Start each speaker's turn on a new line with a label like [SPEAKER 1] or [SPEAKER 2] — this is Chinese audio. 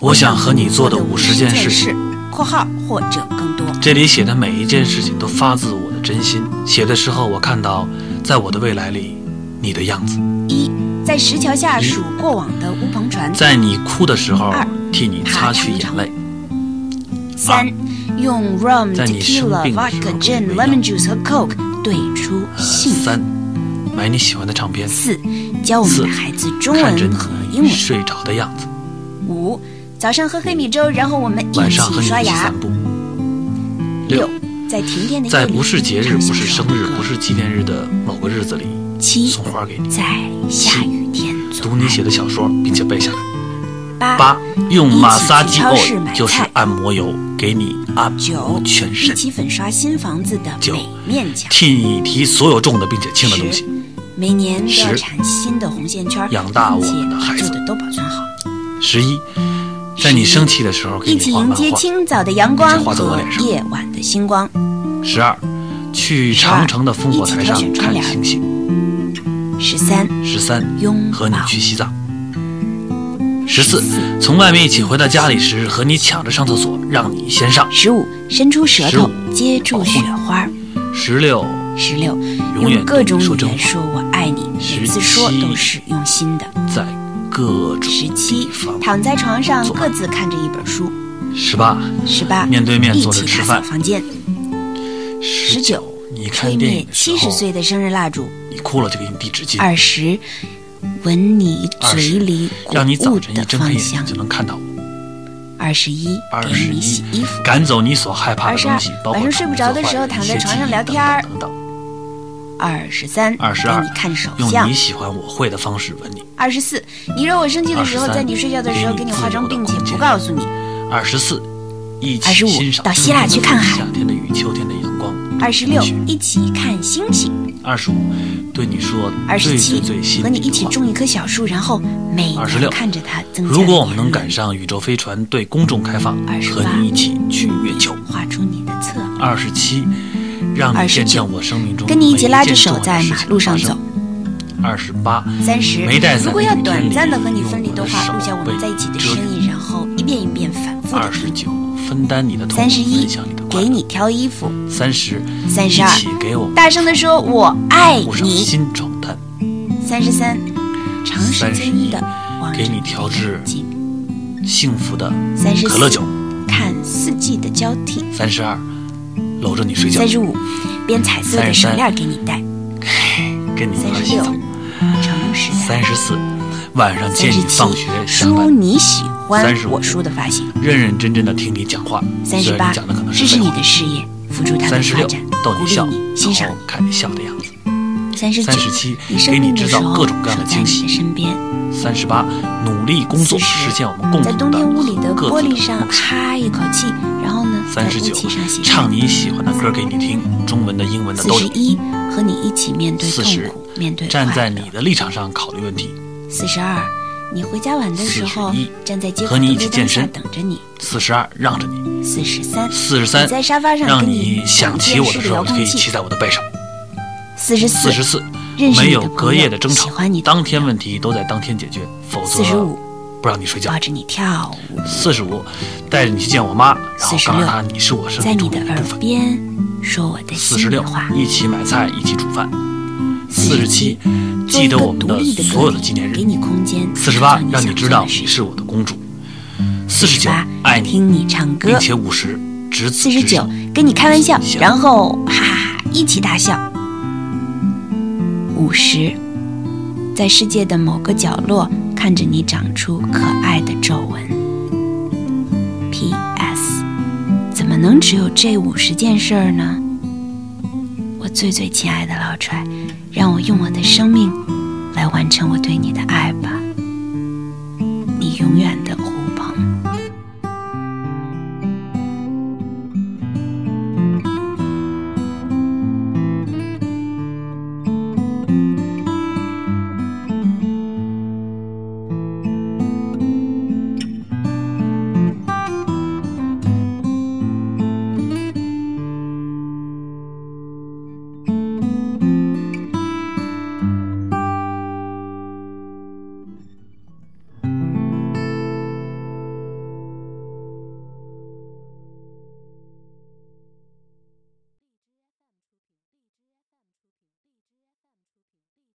[SPEAKER 1] 我想啊和你做的五十件事情。
[SPEAKER 2] （括号或者更多）
[SPEAKER 1] 这里写的每一件事情都发自我的真心。写的时候，我看到在我的未来里你的样子，
[SPEAKER 2] 一，在石桥下数过往的乌篷船；
[SPEAKER 1] 在你哭的时候
[SPEAKER 2] 二
[SPEAKER 1] 替你擦去眼泪，
[SPEAKER 2] 三，用 rum、
[SPEAKER 1] 啊在你生
[SPEAKER 2] tequila、
[SPEAKER 1] 病的时候
[SPEAKER 2] vodka、
[SPEAKER 1] 给你
[SPEAKER 2] gin、
[SPEAKER 1] 喂
[SPEAKER 2] lemon juice 和 coke 对出幸福；
[SPEAKER 1] 呃三买你喜欢的唱片，
[SPEAKER 2] 四，教我们
[SPEAKER 1] 四
[SPEAKER 2] 的孩子中
[SPEAKER 1] 看着
[SPEAKER 2] 文和英
[SPEAKER 1] 你
[SPEAKER 2] 文；
[SPEAKER 1] 睡着的样子，
[SPEAKER 2] 五，早上喝黑米粥，然后我们一
[SPEAKER 1] 晚
[SPEAKER 2] 起
[SPEAKER 1] 上和你
[SPEAKER 2] 刷
[SPEAKER 1] 一起
[SPEAKER 2] 牙；
[SPEAKER 1] 散步。
[SPEAKER 2] 六
[SPEAKER 1] 六，
[SPEAKER 2] 在停电的夜
[SPEAKER 1] 在
[SPEAKER 2] 里
[SPEAKER 1] 不是节日、
[SPEAKER 2] 唱小
[SPEAKER 1] 不是
[SPEAKER 2] 首
[SPEAKER 1] 生日、
[SPEAKER 2] 歌
[SPEAKER 1] 不是纪念日的某个日子里
[SPEAKER 2] 七，
[SPEAKER 1] 送花给你，
[SPEAKER 2] 在下雨天做
[SPEAKER 1] 读你
[SPEAKER 2] 爱
[SPEAKER 1] 写的小说并且背下来。
[SPEAKER 2] 八
[SPEAKER 1] 八，用
[SPEAKER 2] 一起
[SPEAKER 1] 马杀
[SPEAKER 2] 去
[SPEAKER 1] 鸡
[SPEAKER 2] 超市买
[SPEAKER 1] oil 就是
[SPEAKER 2] 菜
[SPEAKER 1] 按摩油，给你按摩
[SPEAKER 2] 九
[SPEAKER 1] 全
[SPEAKER 2] 一
[SPEAKER 1] 身，
[SPEAKER 2] 起粉刷新房子的
[SPEAKER 1] 九
[SPEAKER 2] 每面墙。
[SPEAKER 1] 替你提所有重的并且轻的东西。
[SPEAKER 2] 每年都要
[SPEAKER 1] 十
[SPEAKER 2] 产新的红线圈，
[SPEAKER 1] 养大我们的
[SPEAKER 2] 并
[SPEAKER 1] 孩
[SPEAKER 2] 且
[SPEAKER 1] 子
[SPEAKER 2] 把旧的都保存好，
[SPEAKER 1] 十一，在你生气的时候给
[SPEAKER 2] 一
[SPEAKER 1] 你
[SPEAKER 2] 起
[SPEAKER 1] 画
[SPEAKER 2] 迎
[SPEAKER 1] 漫
[SPEAKER 2] 接
[SPEAKER 1] 画。
[SPEAKER 2] 清早的阳光
[SPEAKER 1] 这画在我
[SPEAKER 2] 和
[SPEAKER 1] 脸上
[SPEAKER 2] 夜晚的星光。
[SPEAKER 1] 十二，去
[SPEAKER 2] 十二
[SPEAKER 1] 长城的烽火台上
[SPEAKER 2] 一起挑选窗
[SPEAKER 1] 看
[SPEAKER 2] 帘
[SPEAKER 1] 星星。
[SPEAKER 2] 十三，
[SPEAKER 1] 十三，
[SPEAKER 2] 拥抱
[SPEAKER 1] 和你去西藏。十四，从外面一起回到家里时，和你抢着上厕所，让你先上。
[SPEAKER 2] 十五，伸出舌头
[SPEAKER 1] 15
[SPEAKER 2] 接住
[SPEAKER 1] 保护
[SPEAKER 2] 雪花。
[SPEAKER 1] 十六，
[SPEAKER 2] 十六，
[SPEAKER 1] 永远
[SPEAKER 2] 用各
[SPEAKER 1] 对
[SPEAKER 2] 种
[SPEAKER 1] 你说
[SPEAKER 2] 语
[SPEAKER 1] 真
[SPEAKER 2] 言
[SPEAKER 1] 话
[SPEAKER 2] 说我爱你，每次
[SPEAKER 1] 17
[SPEAKER 2] 说都是用心的。
[SPEAKER 1] 在各种
[SPEAKER 2] 十七
[SPEAKER 1] 地方，。
[SPEAKER 2] 躺在床上
[SPEAKER 1] 做
[SPEAKER 2] 各自看着一本书。
[SPEAKER 1] 十八，
[SPEAKER 2] 十八，
[SPEAKER 1] 面对面
[SPEAKER 2] 一
[SPEAKER 1] 坐
[SPEAKER 2] 起
[SPEAKER 1] 着吃
[SPEAKER 2] 打扫
[SPEAKER 1] 饭
[SPEAKER 2] 房间。
[SPEAKER 1] 十
[SPEAKER 2] 19，
[SPEAKER 1] 你
[SPEAKER 2] 吹
[SPEAKER 1] 看电
[SPEAKER 2] 灭
[SPEAKER 1] 影的时
[SPEAKER 2] 七十
[SPEAKER 1] 候，
[SPEAKER 2] 岁的生日蜡烛。
[SPEAKER 1] 你哭了就给你递纸巾。
[SPEAKER 2] 二十，闻你嘴里谷
[SPEAKER 1] 让你早
[SPEAKER 2] 物
[SPEAKER 1] 晨一
[SPEAKER 2] 的
[SPEAKER 1] 睁开
[SPEAKER 2] 芳
[SPEAKER 1] 眼
[SPEAKER 2] 香
[SPEAKER 1] 睛就。能看到我。
[SPEAKER 2] 二十一，给
[SPEAKER 1] 21
[SPEAKER 2] 你洗衣服。
[SPEAKER 1] 赶走你所害怕的东西，
[SPEAKER 2] 22
[SPEAKER 1] 包括
[SPEAKER 2] 啊晚上睡不着的时候躺在床上聊天儿
[SPEAKER 1] 等等等
[SPEAKER 2] 二十三，
[SPEAKER 1] 二十二
[SPEAKER 2] 给你看手
[SPEAKER 1] 等，用
[SPEAKER 2] 相
[SPEAKER 1] 你。喜欢我会的方式吻你。
[SPEAKER 2] 二十四，你惹我生气的时候，
[SPEAKER 1] 23
[SPEAKER 2] 在你睡觉的时候
[SPEAKER 1] 给
[SPEAKER 2] 给
[SPEAKER 1] 你
[SPEAKER 2] 你化妆，
[SPEAKER 1] 自由
[SPEAKER 2] 并
[SPEAKER 1] 的
[SPEAKER 2] 且
[SPEAKER 1] 空
[SPEAKER 2] 不
[SPEAKER 1] 间
[SPEAKER 2] 告诉你。
[SPEAKER 1] 二十四，一起
[SPEAKER 2] 25
[SPEAKER 1] 欣赏
[SPEAKER 2] 到希腊去看海
[SPEAKER 1] 夏天的雨，秋天的阳光。
[SPEAKER 2] 二十六
[SPEAKER 1] 允许，
[SPEAKER 2] 一起看星星。
[SPEAKER 1] 二十五，对你说
[SPEAKER 2] 二
[SPEAKER 1] 最
[SPEAKER 2] 十
[SPEAKER 1] 最
[SPEAKER 2] 七
[SPEAKER 1] 最心，
[SPEAKER 2] 和你
[SPEAKER 1] 里
[SPEAKER 2] 一起
[SPEAKER 1] 的话。
[SPEAKER 2] 种一棵小树，然后每年
[SPEAKER 1] 26
[SPEAKER 2] 看着它增加。
[SPEAKER 1] 如果我们能赶，上宇宙飞船对公众开放，
[SPEAKER 2] 28
[SPEAKER 1] 和你一起去月球。
[SPEAKER 2] 画出你的侧面。
[SPEAKER 1] 二十七，让你
[SPEAKER 2] 29
[SPEAKER 1] 见证我生命中
[SPEAKER 2] 跟你一
[SPEAKER 1] 每
[SPEAKER 2] 起拉
[SPEAKER 1] 件
[SPEAKER 2] 着手
[SPEAKER 1] 重要的
[SPEAKER 2] 在
[SPEAKER 1] 事
[SPEAKER 2] 马
[SPEAKER 1] 情
[SPEAKER 2] 路
[SPEAKER 1] 发
[SPEAKER 2] 上
[SPEAKER 1] 生
[SPEAKER 2] 走。。
[SPEAKER 1] 二十八，
[SPEAKER 2] 三十
[SPEAKER 1] 没带，伞
[SPEAKER 2] 如果要短暂的和你
[SPEAKER 1] 用
[SPEAKER 2] 分离
[SPEAKER 1] 我
[SPEAKER 2] 的
[SPEAKER 1] 的
[SPEAKER 2] 话，
[SPEAKER 1] 手
[SPEAKER 2] 录下我们
[SPEAKER 1] 背
[SPEAKER 2] 在一起的
[SPEAKER 1] 遮
[SPEAKER 2] 声
[SPEAKER 1] 住
[SPEAKER 2] 音，然后一遍一遍反复的
[SPEAKER 1] 二十九，分担你的痛
[SPEAKER 2] 三
[SPEAKER 1] 苦，
[SPEAKER 2] 十一
[SPEAKER 1] 分享你的，快
[SPEAKER 2] 给
[SPEAKER 1] 乐。
[SPEAKER 2] 你挑衣服。
[SPEAKER 1] 三十，
[SPEAKER 2] 32
[SPEAKER 1] 一起给我
[SPEAKER 2] 大声的说“我爱
[SPEAKER 1] 铺上
[SPEAKER 2] 你
[SPEAKER 1] 新床单。”。
[SPEAKER 2] 三十三，长时间的望着
[SPEAKER 1] 给你
[SPEAKER 2] 的
[SPEAKER 1] 调制
[SPEAKER 2] 眼睛。
[SPEAKER 1] 幸福的
[SPEAKER 2] 三十
[SPEAKER 1] 可乐酒
[SPEAKER 2] 四，。看四季的交替。
[SPEAKER 1] 三十二，搂着你睡觉
[SPEAKER 2] 三，十五，编彩色的手链给你戴。
[SPEAKER 1] 跟你一
[SPEAKER 2] 三
[SPEAKER 1] 块儿
[SPEAKER 2] 十
[SPEAKER 1] 洗
[SPEAKER 2] 六
[SPEAKER 1] 澡。，
[SPEAKER 2] 诚实的
[SPEAKER 1] 三
[SPEAKER 2] 爱。
[SPEAKER 1] 十四，晚上
[SPEAKER 2] 三
[SPEAKER 1] 见
[SPEAKER 2] 十
[SPEAKER 1] 你放学
[SPEAKER 2] 七，
[SPEAKER 1] 下
[SPEAKER 2] 梳
[SPEAKER 1] 班，
[SPEAKER 2] 你喜欢
[SPEAKER 1] 35
[SPEAKER 2] 我梳的发型。
[SPEAKER 1] 认认真真的听你讲话，
[SPEAKER 2] 三
[SPEAKER 1] 虽
[SPEAKER 2] 十
[SPEAKER 1] 然
[SPEAKER 2] 八
[SPEAKER 1] 你讲的可能，
[SPEAKER 2] 支
[SPEAKER 1] 是
[SPEAKER 2] 持
[SPEAKER 1] 废
[SPEAKER 2] 你
[SPEAKER 1] 话。
[SPEAKER 2] 的事业，辅助他
[SPEAKER 1] 三
[SPEAKER 2] 的
[SPEAKER 1] 十
[SPEAKER 2] 发
[SPEAKER 1] 六
[SPEAKER 2] 展，，
[SPEAKER 1] 逗
[SPEAKER 2] 鼓
[SPEAKER 1] 你
[SPEAKER 2] 励
[SPEAKER 1] 笑，
[SPEAKER 2] 你，欣赏
[SPEAKER 1] 然后看你笑的样子。
[SPEAKER 2] 三十九，
[SPEAKER 1] 37
[SPEAKER 2] 你生病的时候
[SPEAKER 1] 给你制造各种各样的
[SPEAKER 2] 守在你
[SPEAKER 1] 惊喜
[SPEAKER 2] 的身边。
[SPEAKER 1] 三十八，努力工作，
[SPEAKER 2] 40
[SPEAKER 1] 实现我们共
[SPEAKER 2] 在
[SPEAKER 1] 同
[SPEAKER 2] 冬天屋里的
[SPEAKER 1] 各
[SPEAKER 2] 玻
[SPEAKER 1] 自
[SPEAKER 2] 璃
[SPEAKER 1] 的
[SPEAKER 2] 上
[SPEAKER 1] 梦想。
[SPEAKER 2] 哈一口气，然后呢，在
[SPEAKER 1] 三
[SPEAKER 2] 雾
[SPEAKER 1] 十九
[SPEAKER 2] 气上写，
[SPEAKER 1] 唱你喜欢的歌给你听，中文的、英文的
[SPEAKER 2] 四
[SPEAKER 1] 都
[SPEAKER 2] 十
[SPEAKER 1] 有。
[SPEAKER 2] 一，和你一起面对
[SPEAKER 1] 四
[SPEAKER 2] 痛
[SPEAKER 1] 十
[SPEAKER 2] 苦，面对，
[SPEAKER 1] 站在
[SPEAKER 2] 快乐。
[SPEAKER 1] 你的立场上考虑问题。
[SPEAKER 2] 四十二，你回家晚的时候
[SPEAKER 1] 41，
[SPEAKER 2] 站在街口
[SPEAKER 1] 和
[SPEAKER 2] 的
[SPEAKER 1] 你一
[SPEAKER 2] 路
[SPEAKER 1] 起
[SPEAKER 2] 灯
[SPEAKER 1] 健
[SPEAKER 2] 下
[SPEAKER 1] 身
[SPEAKER 2] 等着你。
[SPEAKER 1] 四十二，让着你。
[SPEAKER 2] 四十三，
[SPEAKER 1] 四十三
[SPEAKER 2] 你，在沙发上
[SPEAKER 1] 让
[SPEAKER 2] 跟
[SPEAKER 1] 你想起我的时候，
[SPEAKER 2] 遥
[SPEAKER 1] 可以
[SPEAKER 2] 控
[SPEAKER 1] 骑
[SPEAKER 2] 器。
[SPEAKER 1] 在我的背上。
[SPEAKER 2] 四十四
[SPEAKER 1] 四，十四，
[SPEAKER 2] 认识
[SPEAKER 1] 没
[SPEAKER 2] 你
[SPEAKER 1] 有
[SPEAKER 2] 的
[SPEAKER 1] 隔
[SPEAKER 2] 朋
[SPEAKER 1] 夜的
[SPEAKER 2] 友，
[SPEAKER 1] 争
[SPEAKER 2] 喜
[SPEAKER 1] 吵
[SPEAKER 2] 欢你，的。
[SPEAKER 1] 当天问题都在当天解决，否则
[SPEAKER 2] 45
[SPEAKER 1] 不让你睡觉
[SPEAKER 2] 抱。着你跳舞，
[SPEAKER 1] 四十五，带着你去见我妈，然后
[SPEAKER 2] 46
[SPEAKER 1] 告诉她你是我生
[SPEAKER 2] 在
[SPEAKER 1] 命
[SPEAKER 2] 你
[SPEAKER 1] 中
[SPEAKER 2] 的
[SPEAKER 1] 的一部
[SPEAKER 2] 耳
[SPEAKER 1] 分。
[SPEAKER 2] 边说我的
[SPEAKER 1] 四
[SPEAKER 2] 心
[SPEAKER 1] 十
[SPEAKER 2] 里
[SPEAKER 1] 六
[SPEAKER 2] 话，。
[SPEAKER 1] 一起买菜，一起煮饭。四十
[SPEAKER 2] 47
[SPEAKER 1] 七，
[SPEAKER 2] 做
[SPEAKER 1] 记
[SPEAKER 2] 一
[SPEAKER 1] 得
[SPEAKER 2] 个
[SPEAKER 1] 我们
[SPEAKER 2] 独立的
[SPEAKER 1] 所有
[SPEAKER 2] 个
[SPEAKER 1] 的纪
[SPEAKER 2] 体
[SPEAKER 1] 念，日
[SPEAKER 2] 给。你空间，
[SPEAKER 1] 四十八，让你
[SPEAKER 2] 想
[SPEAKER 1] 知
[SPEAKER 2] 做
[SPEAKER 1] 道
[SPEAKER 2] 的事
[SPEAKER 1] 你是我的公主。四十九
[SPEAKER 2] 八，
[SPEAKER 1] 爱你，
[SPEAKER 2] 听你唱歌
[SPEAKER 1] 并。且五十，执子
[SPEAKER 2] 四十
[SPEAKER 1] 之手
[SPEAKER 2] 九，跟你开玩笑
[SPEAKER 1] 一起，笑
[SPEAKER 2] 然后哈哈哈一起大笑。五十，在世界的某个角落看着你长出可爱的皱纹。P.S. 怎么能只有这五十件事儿呢？我最最亲爱的老踹，让我用我的生命来完成我对你的爱吧。你永远的